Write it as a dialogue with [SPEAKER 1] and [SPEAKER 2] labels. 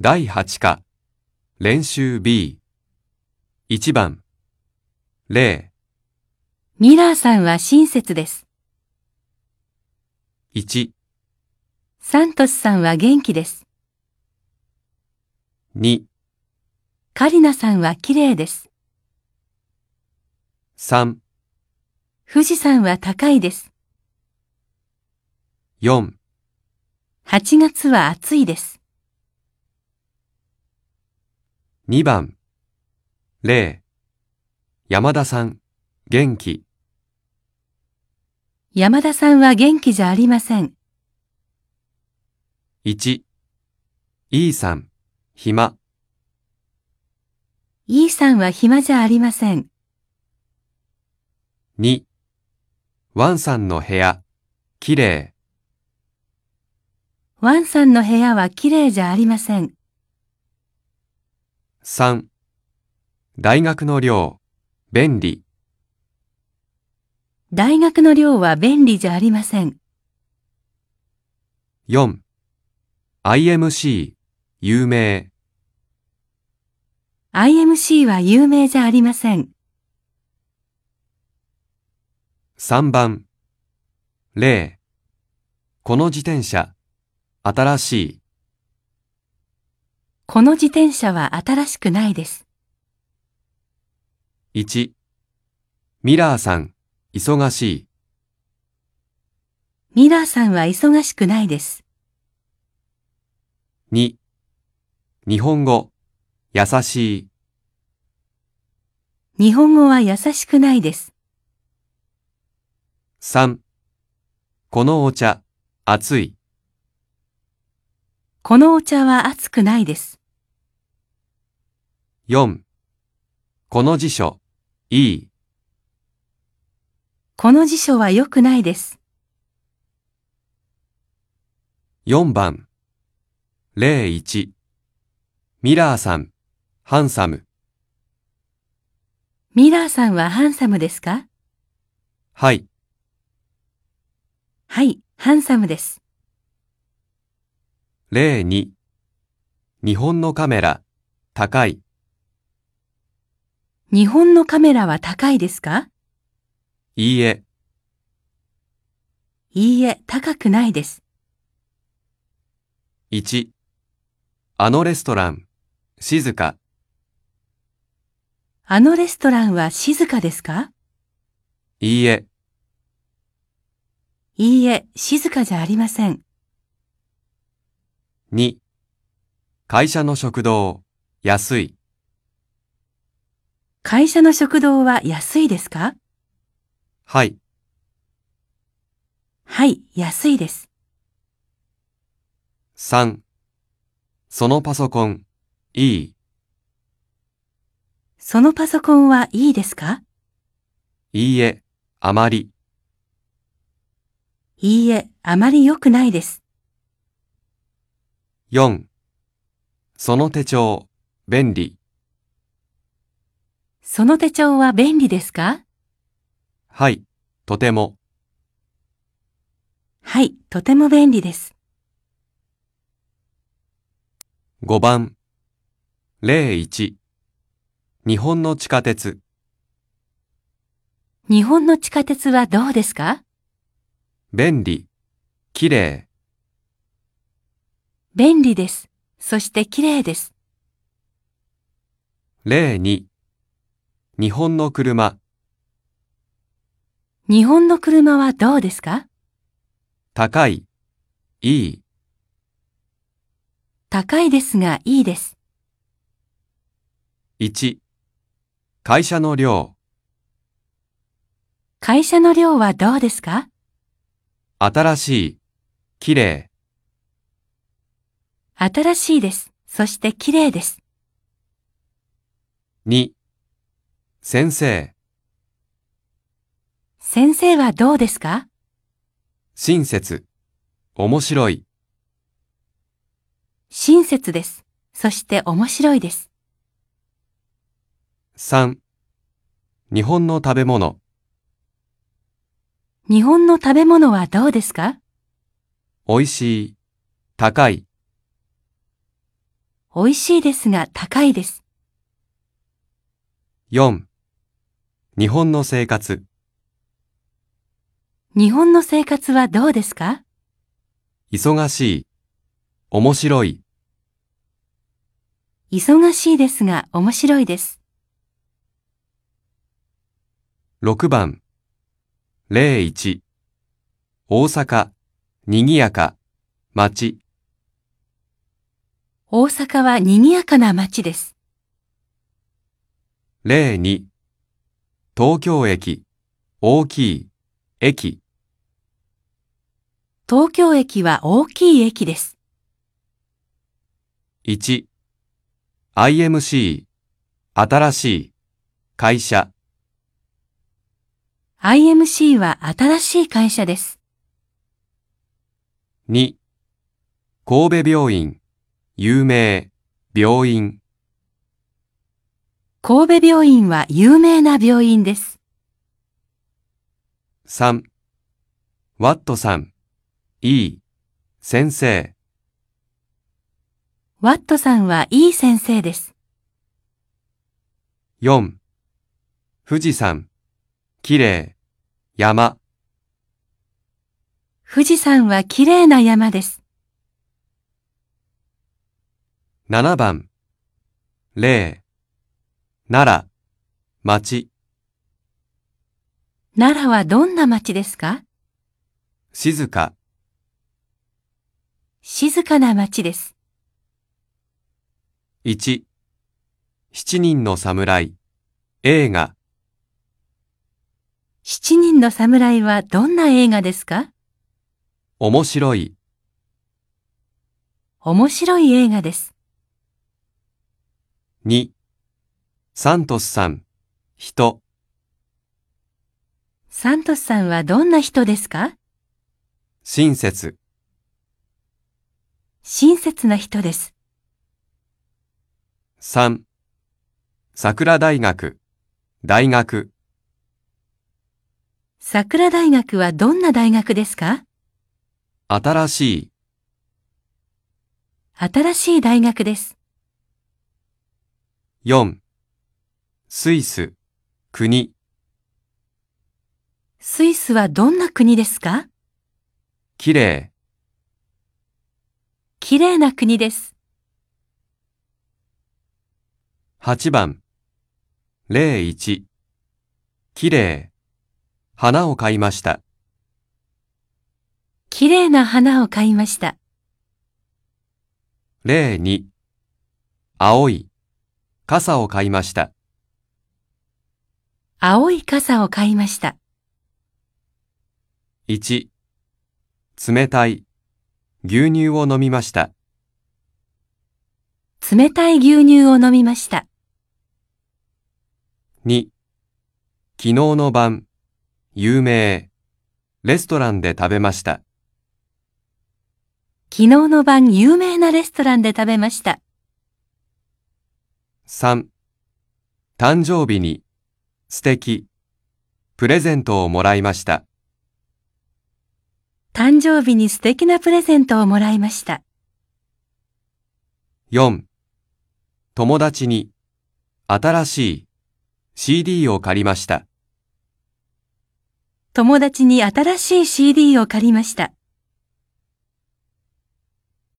[SPEAKER 1] 第8課、練習 B。1番、0、
[SPEAKER 2] ミラーさんは親切です。
[SPEAKER 1] 1、
[SPEAKER 2] サントスさんは元気です。
[SPEAKER 1] 2、
[SPEAKER 2] カリナさんは綺麗です。
[SPEAKER 1] 3、
[SPEAKER 2] 富士山は高いです。
[SPEAKER 1] 4、
[SPEAKER 2] 8月は暑いです。
[SPEAKER 1] 2番、0。山田さん、元気、
[SPEAKER 2] 山田さんは元気じゃありません。
[SPEAKER 1] 1、E さん、暇、
[SPEAKER 2] E さんは暇じゃありません。
[SPEAKER 1] 2、ワンさんの部屋、綺麗、
[SPEAKER 2] ワンさんの部屋は綺麗じゃありません。
[SPEAKER 1] 3、大学の寮、便利、
[SPEAKER 2] 大学の寮は便利じゃありません。
[SPEAKER 1] 4、IMC、有名、
[SPEAKER 2] IMC は有名じゃありません。
[SPEAKER 1] 3番、0。この自転車、新しい、
[SPEAKER 2] この自転車は新しくないです。
[SPEAKER 1] 1。ミラーさん、忙しい、
[SPEAKER 2] ミラーさんは忙しくないです。
[SPEAKER 1] 2。日本語、優しい、
[SPEAKER 2] 日本語は優しくないです。
[SPEAKER 1] 3。このお茶、熱い、
[SPEAKER 2] このお茶は熱くないです。
[SPEAKER 1] 4。この辞書、いい、
[SPEAKER 2] この辞書は良くないです。
[SPEAKER 1] 4番。01。ミラーさん、ハンサム、
[SPEAKER 2] ミラーさんはハンサムですか
[SPEAKER 1] はい、
[SPEAKER 2] はい、ハンサムです。
[SPEAKER 1] 02。日本のカメラ、高い。
[SPEAKER 2] 日本のカメラは高いですか
[SPEAKER 1] いいえ、
[SPEAKER 2] いいえ、高くないです。
[SPEAKER 1] 1。あのレストラン、静か、
[SPEAKER 2] あのレストランは静かですか
[SPEAKER 1] いいえ、
[SPEAKER 2] いいえ、静かじゃありません。
[SPEAKER 1] 2。会社の食堂、安い、
[SPEAKER 2] 会社の食堂は安いですか
[SPEAKER 1] はい、
[SPEAKER 2] はい、安いです。
[SPEAKER 1] 3。そのパソコン、いい、
[SPEAKER 2] そのパソコンはいいですか
[SPEAKER 1] いいえ、あまり、
[SPEAKER 2] いいえ、あまり良くないです。
[SPEAKER 1] 4。その手帳、便利、
[SPEAKER 2] その手帳は便利ですか
[SPEAKER 1] はい、とても、
[SPEAKER 2] はい、とても便利です。
[SPEAKER 1] 5番。01。日本の地下鉄、
[SPEAKER 2] 日本の地下鉄はどうですか
[SPEAKER 1] 便利、綺麗、
[SPEAKER 2] 便利です。そして綺麗です。
[SPEAKER 1] 02。日本の車、
[SPEAKER 2] 日本の車はどうですか
[SPEAKER 1] 高い、いい、
[SPEAKER 2] 高いですがいいです。
[SPEAKER 1] 1。会社の寮、
[SPEAKER 2] 会社の寮はどうですか
[SPEAKER 1] 新しい、綺麗、
[SPEAKER 2] 新しいです。そして綺麗です。
[SPEAKER 1] 2。先生、
[SPEAKER 2] 先生はどうですか
[SPEAKER 1] 親切、面白い、
[SPEAKER 2] 親切です。そして面白いです。
[SPEAKER 1] 3。日本の食べ物、
[SPEAKER 2] 日本の食べ物はどうですか
[SPEAKER 1] 美味しい、高い、
[SPEAKER 2] 美味しいですが高いです。
[SPEAKER 1] 4日本の生活
[SPEAKER 2] 日本の生活はどうですか
[SPEAKER 1] 忙しい面白い
[SPEAKER 2] 忙しいですが面白いです。
[SPEAKER 1] 6番01大阪にぎやか街
[SPEAKER 2] 大阪は賑やかな街です。
[SPEAKER 1] 02東京駅大きい駅
[SPEAKER 2] 東京駅は大きい駅です。
[SPEAKER 1] 1 IMC 新しい会社
[SPEAKER 2] IMC は新しい会社です。
[SPEAKER 1] 2神戸病院有名病院
[SPEAKER 2] 神戸病院は有名な病院です。
[SPEAKER 1] 3ワットさんいい先生
[SPEAKER 2] ワットさんはいい先生です。
[SPEAKER 1] 4富士山きれい山
[SPEAKER 2] 富士山は綺麗な山です。
[SPEAKER 1] 7番0奈良町
[SPEAKER 2] 奈良はどんな街ですか
[SPEAKER 1] 静か
[SPEAKER 2] 静かな街です。
[SPEAKER 1] 1七人の侍映画
[SPEAKER 2] 七人の侍はどんな映画ですか
[SPEAKER 1] 面白い
[SPEAKER 2] 面白い映画です。
[SPEAKER 1] 2サントスさん人
[SPEAKER 2] サントスさんはどんな人ですか
[SPEAKER 1] 親切
[SPEAKER 2] 親切な人です。
[SPEAKER 1] 3桜大学大学
[SPEAKER 2] 桜大学はどんな大学ですか
[SPEAKER 1] 新しい
[SPEAKER 2] 新しい大学です。
[SPEAKER 1] 4スイス国
[SPEAKER 2] スイスはどんな国ですか
[SPEAKER 1] きれい
[SPEAKER 2] 綺麗な国です。
[SPEAKER 1] 8番01きれい花を買いました
[SPEAKER 2] 綺麗な花を買いました。
[SPEAKER 1] 02青い傘を買いました
[SPEAKER 2] 青い傘を買いました。
[SPEAKER 1] 1冷たい牛乳を飲みました
[SPEAKER 2] 冷たい牛乳を飲みました。
[SPEAKER 1] 2昨日の晩有名レストランで食べました
[SPEAKER 2] 昨日の晩有名なレストランで食べました。
[SPEAKER 1] 3誕生日に素敵プレゼントをもらいました
[SPEAKER 2] 誕生日に素敵なプレゼントをもらいました。
[SPEAKER 1] 4友達に新しい CD を借りました。
[SPEAKER 2] 友達に新しい CD を借りました。